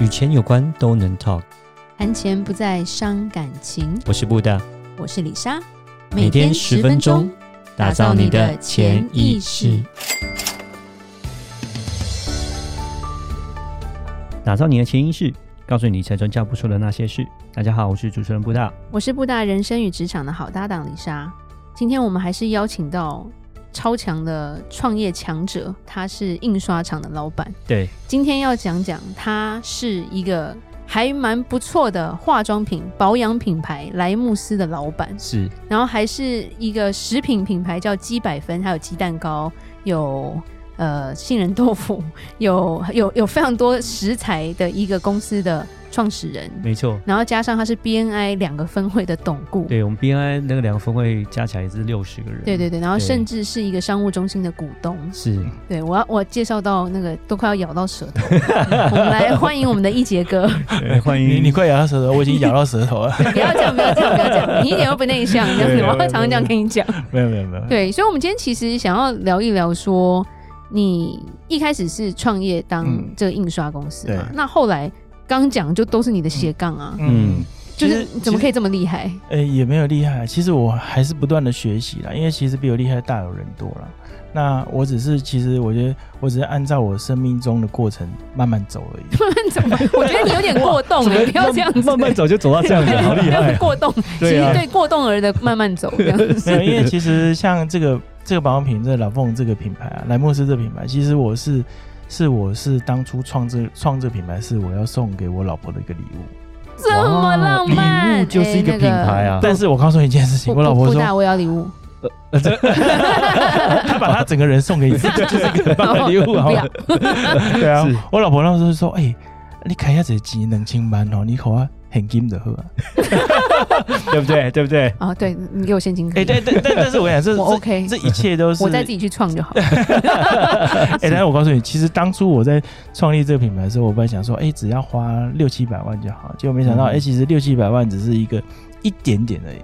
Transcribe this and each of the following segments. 与钱有关都能 talk。谈钱不再伤感情。我是布大，我是李莎，每天十分钟，打造你的潜意识，打造你的潜意识，告诉你财专家不说的那些事。大家好，我是主持人布大。我是布大人生与职场的好搭档李莎。今天我们还是邀请到超强的创业强者，他是印刷厂的老板。对，今天要讲讲，他是一个还蛮不错的化妆品保养品牌莱慕斯的老板，是然后还是一个食品品牌叫鸡百分，还有鸡蛋糕，有呃杏仁豆腐，有有有非常多食材的一个公司的创始人，没错。然后加上他是 BNI 两个分会的董顾，对我们 BNI 那个两个分会加起来是六十个人。对对对，然后对甚至是一个商务中心的股东。是对我要我介绍到那个都快要咬到舌 头，我们来欢迎我们的一杰哥。对欢你迎你快咬到舌头，我已经咬到舌头 了。不要这样，不要这样，不要这样，你一点都不内向，这样子，对我要常常这样跟你讲。没有没有没嗯有，对，所以，我们今天其实想要聊一聊说，你一开始是创业当嗯这个印刷公司嘛，对那后来刚讲就都是你的斜杠啊，嗯嗯，就其是实怎么可以这么厉害？ 哎、也没有厉害。其实我还是不断的学习啦，因为其实比我厉害的大有人多啦。那我只是，其实我觉得我只是按照我生命中的过程慢慢走 而已。怎么？我觉得你有点过动了，不要这样子，！慢慢走就走到这样子，好厉害 过动，其对实啊对过动儿的慢慢走这样子。没有，因为其实像这个这个保养品，这个老凤这个品牌啊，莱莫斯这个品牌，其实我是是我是当初创这创这个品牌是我要送给我老婆的一个礼物。这么浪哇漫，礼物就是一个哎品牌。啊。但是我告诉你一件事那情，个不我老不婆不说大，我要 礼物，她把她整个人送给你，这 就是一个很棒的礼物，好不吗要？对啊是，我老婆那时候说：“哎、你开一下这钱两千万哦，你给我现金就好啊。对不对？对不对？啊！对你给我现金可哎、以，但但但但是我想这 我这 OK，这一切都是我再自己去创就好了。哎、但是我告诉你，其实当初我在创立这个品牌的时候，我本来想说，哎、只要花六七百万就好，结果没想到，嗯哎、其实六七百万只是一个一点点而已。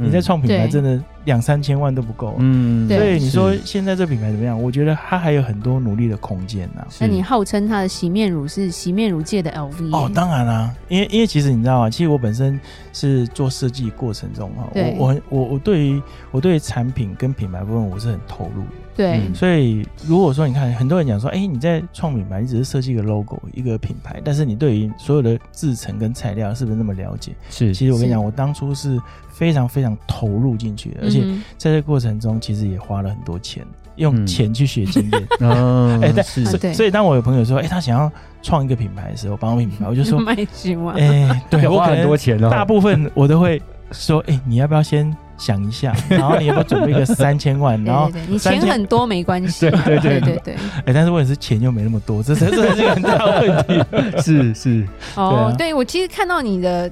你在创品牌对真的两三千万都不够。啊嗯，对所以你说是现在这品牌怎么样？我觉得它还有很多努力的空间啊呐、那你号称它的洗面乳是洗面乳界的欸 LV 哦，当然啦、因为因为其实你知道啊，其实我本身是做设计过程中啊，对我我很我我对于我对于产品跟品牌部分我是很投入的，对、嗯所以如果说你看很多人讲说，哎、你在创品牌，你只是设计一个 logo 一个品牌，但是你对于所有的制成跟材料是不是那么了解？是其实我跟你讲，我当初是非常非常投入进去的，而且嗯哼在这过程中其实也花了很多钱，用嗯钱去学经验。嗯，哎但是 啊所对，以所以当我有朋友说，哎、他想要创一个品牌的时候，帮我品牌，我就说卖几万，哎、 对我花可很能多钱哦，大部分我都会说，哎、你要不要先想 一下，然后你要不要准备个三千万，对然后对对，你三钱千很多没关 系，对对对对对对，哎、但是问题是钱又没那么多，这这这是一个很大的问题。是是，哦对啊，对我其实看到你的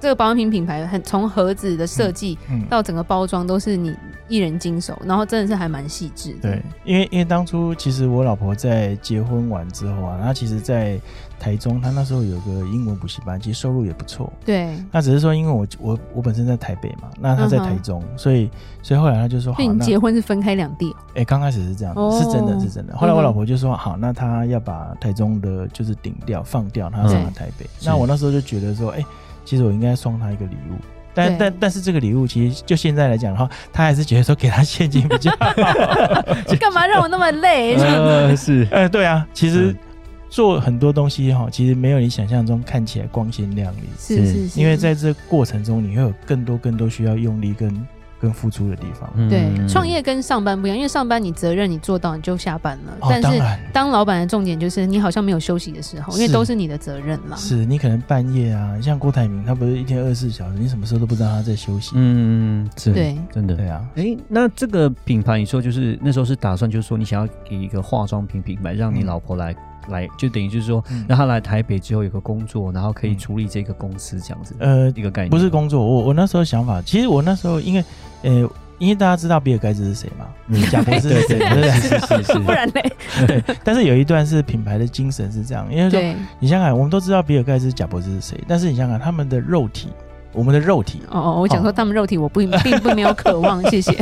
这个保养品品牌，很从盒子的设计嗯，到整个包装都是你一人经手，然后真的是还蛮细致的，对，因为因为当初其实我老婆在结婚完之后啊，她其实在台中，她那时候有个英文补习班，其实收入也不错。对，那只是说，因为我我我本身在台北嘛，那她在嗯哼台中，所以所以后来她就说，好所以，你那结婚是分开两 地哦，哎，刚开始是这样哦的，是真的是真的。后来我嗯老婆就说，好，那她要把台中的就是顶掉放掉，她要上来台北。是那我那时候就觉得说，哎，其实我应该送她一个礼物。但对但但是这个礼物其实就现在来讲的话，她还是觉得说给她现金比较好。 干嘛让我那么累？呃是，呃，对啊，其实嗯做很多东西哈，其实没有你想象中看起来光鲜亮丽，是是是，因为在这过程中你会有更多更多需要用力跟跟付出的地方。对嗯创业跟上班不一样，因为上班你责任你做到你就下班了，哦，但当是然当老板的重点就是你好像没有休息的时候，因为是都是你的责任啦。是你可能半夜啊，像郭台铭，他不是一天二十四小时，你什么时候都不知道他在休息。嗯是，对真的。对啊，哎，那这个品牌，你说就是那时候是打算，就是说你想要给一个化妆品品牌，让你嗯老婆来来，就等于就是说嗯让她来台北之后有个工作，然后可以嗯处理这个公司这样子，呃，一个概念不是工作，我我那时候想法，其实我那时候因为，呃，因为大家知道比尔盖茨是谁嘛，嗯贾博士对是谁，对对不对， 对？是 是是， 不然嘞，但是有一段是品牌的精神是这样，因为说对，你想想看，我们都知道比尔盖茨、贾博士是谁，但是你想想看他们的肉体，我们的肉体，哦 哦哦，我讲说他们肉体我不并并没有渴望，谢谢。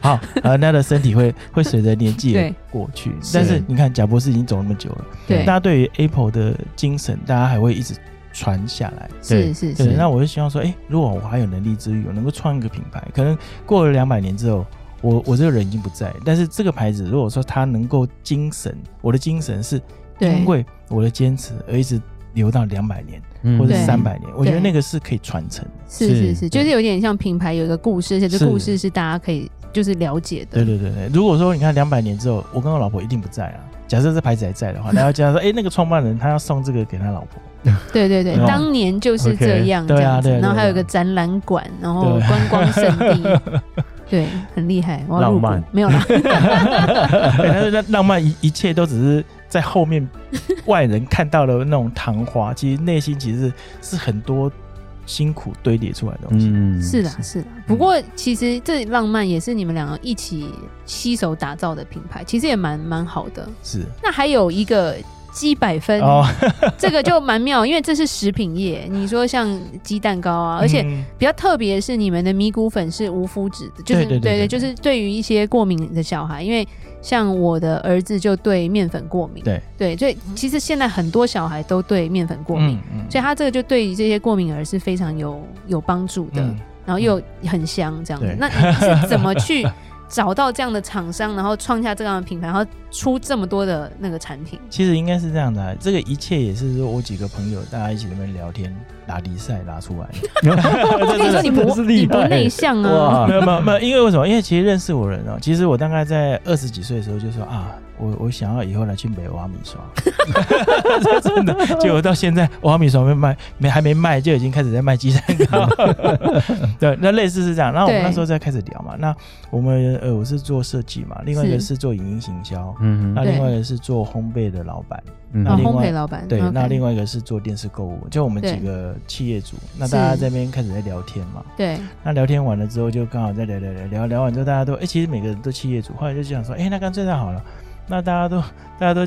好， 啊，那的身体会会随着年纪对过去。是但是你看，贾博士已经走那么久了，对大家对于 Apple 的精神，大家还会一直传下来。是是对，是，那我就希望说，哎、如果我还有能力之余，我能够创一个品牌，可能过了两百年之后，我我这个人已经不在，但是这个牌子，如果说它能够精神，我的精神是对因为我的坚持而一直留到两百年嗯或者对三百年，我觉得对那个是可以传承的。是是是是，就是有点像品牌有一个故事，而且这是故事是大家可以就是了解对的。对对对，如果说你看两百年之后，我跟我老婆一定不在啊。假设这牌子还在的话，那要加说，哎、那个创办人他要送这个给他老婆，对对对对啊当年就是这样 OK，这对啊样子对啊对啊然后还有一个展览馆，然后对观光胜 地，对，很厉害。我要入股浪漫没有啦， 对但是那浪漫一一切都只是在后面 外人看到的那种糖花，其实内心其实是很多辛苦堆叠出来的东西。嗯，是的，是的。不过其实这浪漫也是你们两个一起携手打造的品牌，其实也蛮蛮好的。是那还有一个鸡百分，哦，这个就蛮妙，因为这是食品业。你说像鸡蛋糕啊，而且嗯比较特别的是，你们的米谷粉是无麸质的，就是对对对对就是对于一些过敏的小孩，因为像我的儿子就对面粉过敏，对所以其实现在很多小孩都对面粉过敏，嗯嗯所以他这个就对于这些过敏儿是非常有有帮助的，嗯然后又很香这样子对。那你是怎么去找到这样的厂商，然后创下这样的品牌，然后出这么多的那个产 品？其实应该是这样的啊、这个一切也是说我几个朋友大家一起在那边聊天打比赛拉出来 的。我跟你说，你真的是不厉你不害内向啊，哇没有没有没有，因为为什么？因为其实认识我的人哦、其实我大概在二十几岁的时候就说啊，我我想要以后来去美瓦米刷，真的，结果到现在瓦米刷没卖，没还没卖，就已经开始在卖鸡蛋糕。 对，那类似是这样。然后我们对那时候在开始聊嘛，那我们呃我是做设计嘛，另外一个是是做影音行销，嗯那对另外一个是做烘焙的老板，嗯那哦另烘外焙老板对， OK 那另外一个是做电视购物，就我们对几个企业主，那大家是在那边开始在聊天嘛。对那聊天完了之后，就刚好在聊聊聊聊聊完之后，大家都哎、其实每个人都企业主，后来就想说，哎、那干脆那好了，那大家都大家都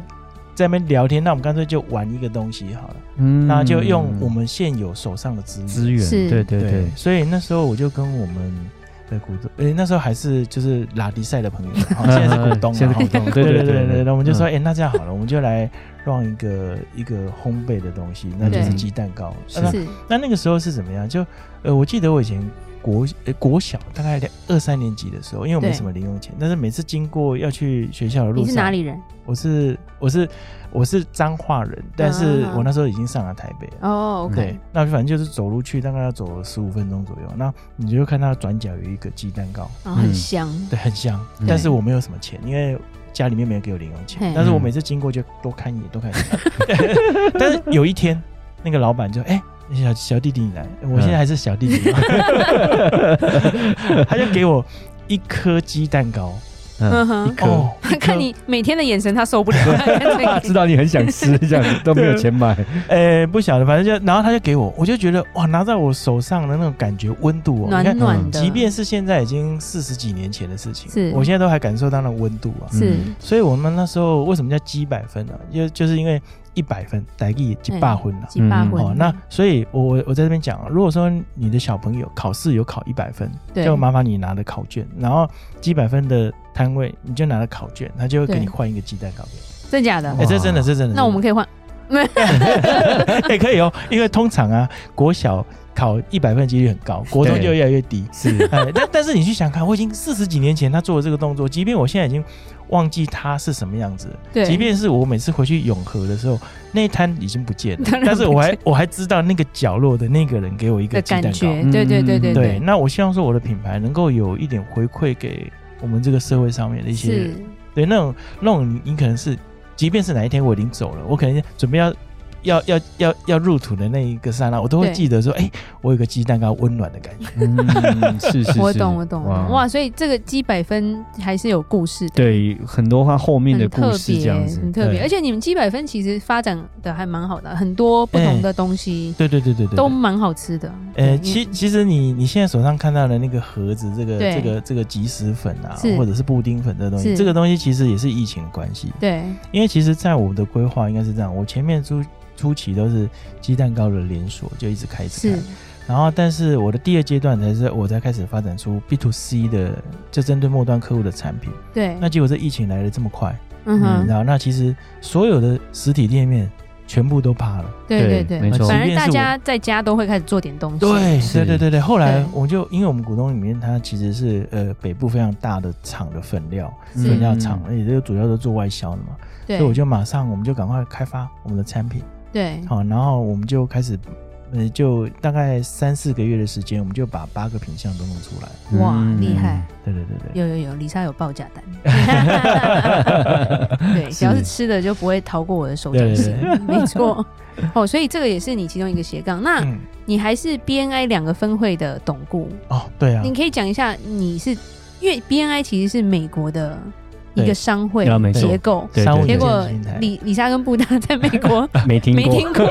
在那边聊天，那我们干脆就玩一个东西好了，嗯那就用我们现有手上的资源。资源，是对对对，所以那时候我就跟我们的股东，哎、那时候还是就是拉迪赛的 朋友，好现在是股东啊，现在是好股东，对 对对对对对，那我们就说，嗯哎、那这样好了，我们就来让一个一个烘焙的东西，那就是对鸡蛋糕。是那是那那个时候是怎么样？就呃，我记得我以前国、呃国小大概两二三年级的时候，因为我没对什么零用钱，但是每次经过要去学校的路嗯你上，是哪？里人？我是我是我是彰化人，但是啊我那时候已经上了台北了。哦，OK、o 对 k，那反正就是走路去，大概要走十五分钟左右。那你就看到转角有一个鸡蛋糕，然哦后很嗯香，对，很香嗯。但是我没有什么钱，因为家里面没有给我零用钱嘿。但是我每次经过就多看一眼，多看一 眼。但是有一天，那个老板就哎。小小弟弟，你来！嗯我现在还是小弟弟， 他就给我一颗鸡蛋糕，嗯 嗯，哼，颗哦，一颗看你每天的眼神，他受不了。知道你很想吃，这样子都没有钱买，呃，不晓得，反正就，然后他就给我，我就觉得哇，拿在我手上的那种感觉，温度哦，你暖看，暖的，即便是现在已经四十几年前的事情，是我现在都还感受到那温度啊。是嗯所以我们那时候为什么叫鸡百分呢、就就是因为一百分，逮个鸡霸分了。几把嗯婚哦，那所以我，我我在这边讲啊，如果说你的小朋友考试有考一百分，对就麻烦你拿的考卷，然后几百分的摊位你就拿了考卷，他就会给你对换一个鸡蛋糕给真假的你。哎、？这真的，这真的。嗯那我们可可以换， 以，哎、可以哦，因为通常啊，国小考一百分的几率很高，国中对就越来越低。是哎，但但是你去想看，我已经四十几年前他做的这个动作，即便我现在已经忘记他是什么样子了，对，即便是我每次回去永和的时候，那一摊已经不见了当，然但是不我还见我还知道那个角落的那个人给我一个的鸡蛋感糕。觉，嗯对对对对对对，那我希望说我的品牌能够有一点回馈给我们这个社会上面的一些是人，对那种那种你你可能是，即便是哪一天我已经走了，我可能准备要。要要要要入土的那一个刹那，我都会对记得说，哎、我有个鸡蛋糕，温暖的感觉。嗯是是，我是懂我懂我懂哇，所以这个鸡百分还是有故事的，对，很多话后面的很故特事这别，样子，很特别，对而且你们鸡百分其实发展的还蛮好的，很多不同的东西对对对对对对，都蛮好吃的，呃，对其其实你你现在手上看到的那个盒子，这个对这个这个即食粉啊是，或者是布丁粉这个东西，是这个东西其实也是疫情的关系。对，因为其实，在我的规划应该是这样，我前面初初期都是鸡蛋糕的连锁，就一直开一直是开。然后，但是我的第二阶段才是我才开始发展出 B to C 的，就针对末端客户的产品。对，那结果这疫情来的这么快，嗯嗯，哼，然后那其实所有的实体店面全部都趴了。哎对对对没对，错反正大即便是家在家都会开始做点东西，对是对对对对，后来对我就因为我们股东里面，它其实是呃北部非常大的厂的粉料是嗯粉料厂，而且这个主要都做外销的嘛，嗯所以我对就马上我们就赶快开发我们的产品，对，嗯好，然后我们就开始。呃，就大概三四个月的时间，我们就把八个品相都弄出来。哇，嗯厉害，对对对对，有有有，李莎有报价 单，对，只要是吃的就不会逃过我的手掌心对，没错。哦，所以这个也是你其中一个斜杠。那嗯，你还是 BNI 两个分会的董顾，哦，对啊，你可以讲一下你是，因为 BNI 其实是美国的一个对商会啊没错结构，对商务对结人果健身台李李莎跟布达在美国没听没过，听过，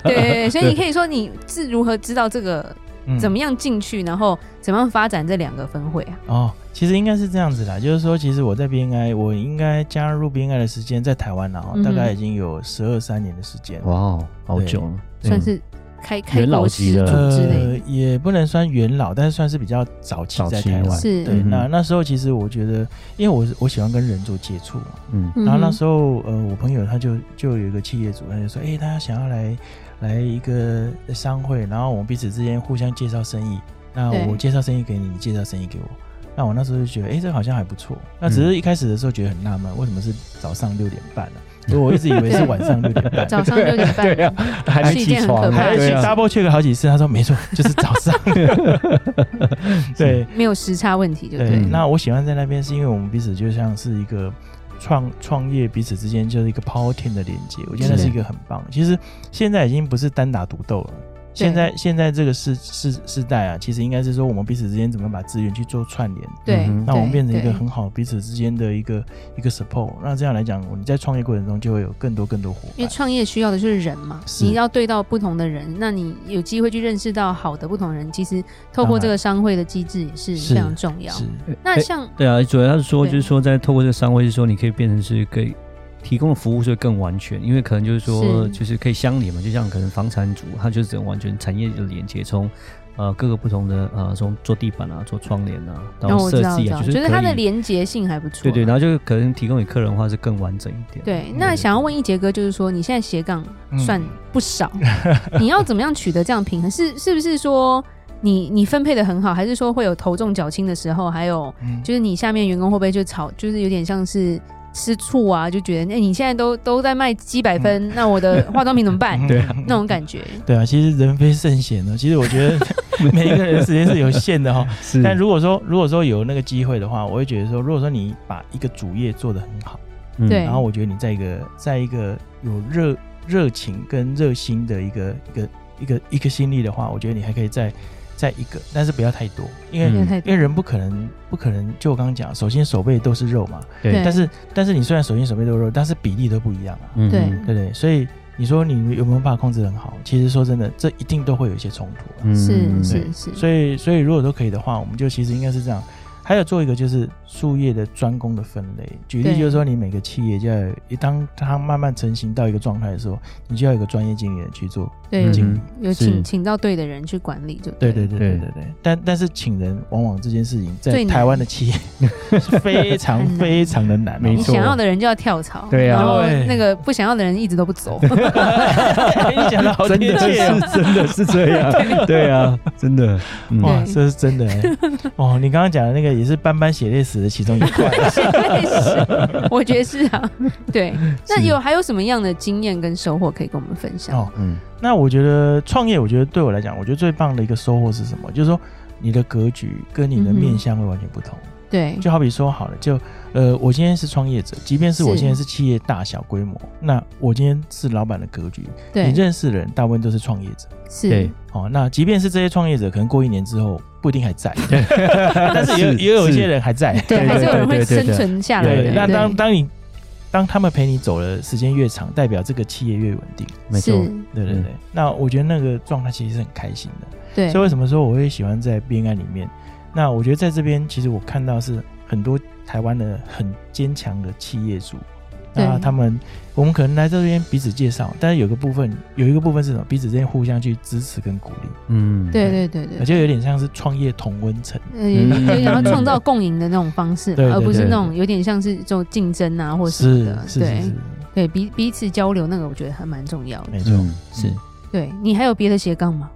对对对，所以你可以说你是如何知道这个嗯怎么样进去，然后怎么样发展这两个分会啊？哦，其实应该是这样子啦，就是说，其实我在 BNI，我应该加入 BNI 的时间在台湾了、哦，嗯哼大概已经有十二三年的时间。哇哦，好久了，算嗯是开开元老国级始的祖之类的，呃，也不能算元老，但是算是比较早期早在期台湾。是对，嗯哼那那时候其实我觉得，因为我我喜欢跟人做接触嘛，嗯嗯哼然后那时候呃，我朋友他就就有一个企业主，他就说，哎、他想要来来一个商会，然后我们彼此之间互相介绍生意，那对。我介绍生意给你，你介绍生意给我。那我那时候就觉得，哎、这好像还不错。那只是一开始的时候觉得很纳闷，为什么是早上六点半呢、所以我一直以为是晚上六点半早上六点 半，对啊还是一件很可怕还的去事对啊 double check 好几次，他说没错，就是早 上。对没有时差问题，就对对了。那我喜欢在那边是因为我们彼此就像是一个创创业彼此之间就是一个 power team 的连接，我觉得那是一个很棒。其实现在已经不是单打独斗了。对现在现在这个世世世代啊，其实应该是说我们彼此之间怎么把资源去做串联，嗯对哼，那我们变成一个对很好彼此之间的一个一个 support。那这样来讲，你在创业过程中就会有更多更多伙因为伴。创业需要的就是人嘛，是你要对到不同的人，那你有机会去认识到好的不同人，其实透过这个商会的机制也是是非常重要是。那哎像对啊，主要是说，对就是说，在透过这个商会，是说你可以变成是可以提供的服务是更完全，因为可能就是说，是就是可以相连嘛，就像可能房产组，它就是整个完全产业的连接，从呃各个不同的呃，从做地板啊，做窗帘啊，然哦后我设知道，我计知啊，道，就是觉得可它以的连结性还不错啊。对对，然后就是可能提供给客人的话是更完整一点。对，那想要问一杰哥，就是说你现在斜杠嗯算不少， 你要怎么样取得这样平衡？是是不是说你你分配的很好，还是说会有头重脚轻的时候？还有嗯就是你下面员工会不会就吵，就是有点像是吃醋啊，就觉得那、哎你现在都都在卖几百分，那我的化妆品怎么办？ 对啊那种感觉，对啊，其实人非圣贤 呢。其实我觉得每一个人时间嗯是有限的哈。是但如果说如果说有那个机会的话，我会觉得说，如果说你把一个主业做得很好，嗯对然后我觉得你在一个在一个有热热情跟热心的一个一个一个一个心力的话，我觉得你还可以再再一个，但是不要太多，因为、嗯因为太因为人不可能不可能，就我刚刚讲，手心手背都是肉嘛。对但是但是你虽然手心手背都是肉，但是比例都不一样啊，嗯对嗯对不对？所以你说你有没有办法控制得很好？其实说真的，这一定都会有一些冲突啊、嗯是嗯是对是，所以，所以如果都可以的话，我们就其实应该是这样。还有做一个就是术业的专攻的分类，举例对就是说，你每个企业就要有一当它慢慢成型到一个状态的时候，你就要有一个专业经理人去做对嗯经理。有是请请到对的人去管理就对对了，对对对对对对。但但是请人往往这件事情最在难台湾的企业 是非常很难非常的难哦，没你错想要的人就要跳槽，对啊然后对那个不想要的人一直都不走， 你讲的好真贴的切哦是。真的是这 样，对啊，真的，嗯哇，对这是真的、欸、哦！你刚刚讲的那个也是斑斑血泪史的其中一块， 是，我觉得是啊，对。 那是有还有什么样的经验跟收获可以跟我们分享？哦嗯那我觉得创业，我觉得对我来讲，我觉得最棒的一个收获是什么？就是说你的格局跟你的嗯哼面向会完全不同。对，就好比说好了，就呃，我今天是创业者，即便是我是现在是企业大小规模，那我今天是老板的格局，对，你认识的人大部分都是创业者。是，哦，那即便是这些创业者，可能过一年之后不一定还在，但是也有是也有一些人还在。对，对还是有人对会对对生对存下来对，的。那当当你当他们陪你走的时间越长，代表这个企业越稳定。没错，是对对对，那我觉得那个状态其实是很开心的。对所以为什么说我会喜欢在 B N I 里面？那我觉得在这边，其实我看到是很多台湾的很坚强的企业主。对啊那他们，我们可能来这边彼此介绍，但是有个部分，有一个部分是什么？彼此之间互相去支持跟鼓励，嗯，对对对对我，觉得有点像是创业同温层。呃，也嗯也想要创造共赢的那种方式嘛，对对而不是对那种有点像是这种竞争啊，或什么是的。是是对是，对，彼彼此交流那个，我觉得还蛮重要的。没错。嗯，是对你还有别的斜杠吗？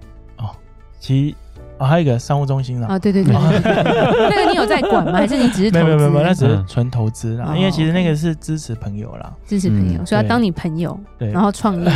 其啊、还有一个商务中心啦，啊，对对 对，对对对那个你有在管吗？还是你只是投没有没有没有，没有那资只是纯投资啦，嗯因为其实那个是支持朋友啦，支持朋友，嗯所以要对当你朋友，对然后创业，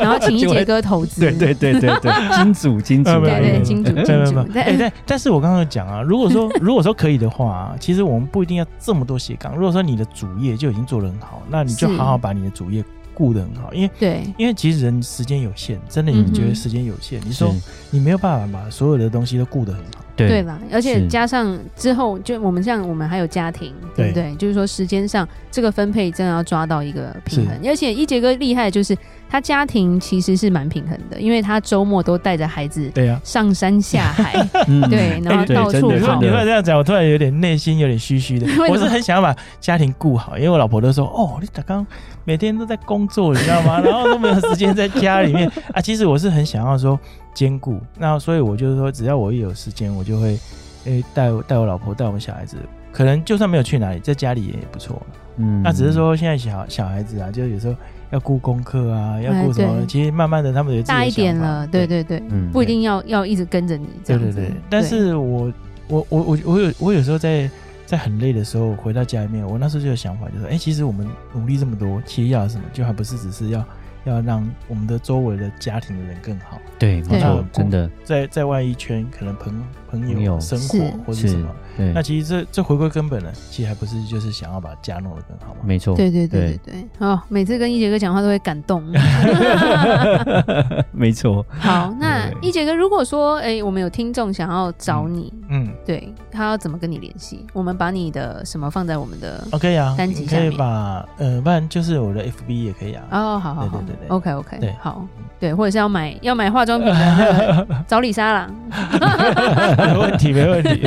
然后请一结果杰哥投资，对对对对对，金主金主，呃没有对没对，有没有金主没金有没有主，没有哎，但但但是我刚刚有讲啊，如果说 如果说可以的话、啊，其实我们不一定要这么多斜杠。如果说你的主业就已经做得很好，那你就是好好把你的主业顾得很好，因为对因为其实人时间有限，真的嗯你哼觉得时间有限，是你说你没有办法把所有的东西都顾得很好，对对啦，而且是加上之后，就我们像我们还有家庭，对不对？就是说时间上这个分配真的要抓到一个平衡。而且一杰哥厉害的就是他家庭其实是蛮平衡的，因为他周末都带着孩子对啊呀、上山下海，嗯对，然后哎对到处真的啊。跑你。突然这样讲，我突然有点内心有点虚虚的为什么。我是很想要把家庭顾好，因为我老婆都说：“哦，你打刚每天都在工作，你知道 吗？然后都没有时间在家里面 啊。”其实我是很想要说兼顾，那所以我就是说，只要我一有时间，我就会诶带我带我老婆带我们小孩子，可能就算没有去哪里，在家里也不错。嗯那只是说现在小小孩子啊，就是有时候要顾功课啊，要顾什哎对么，其实慢慢的他们有自己的大一点想法了，对。对对，嗯不一定要要一直跟着你这对样对子。对，但是我我我我我有我有时候在在很累的时候回到家里面，我那时候就有想法，就是哎、诶其实我们努力这么多，其实要什么，就还不是只是要要让我们的周围的家庭的人更好，对，没对错，真的在在外一圈可能朋朋朋友友生是活或者是什么，，对那，其实这这回归根本呢，其实还不是就是想要把家弄得更好嘛。没错，对对对对对，哦，每次跟一杰哥讲话都会感动。 没错， 好，那对一杰哥，如果说哎、我们有听众想要找你，嗯对他要怎么跟你联系？我们把你的什么放在我们的，OK 啊，单集你下可以面把呃，不然就是我的 FB 也可以啊。哦，好好好，对对对对 o k OK，对好，对，或者是要买要买化妆品的那 个找李莎啦。 没问题，没问题。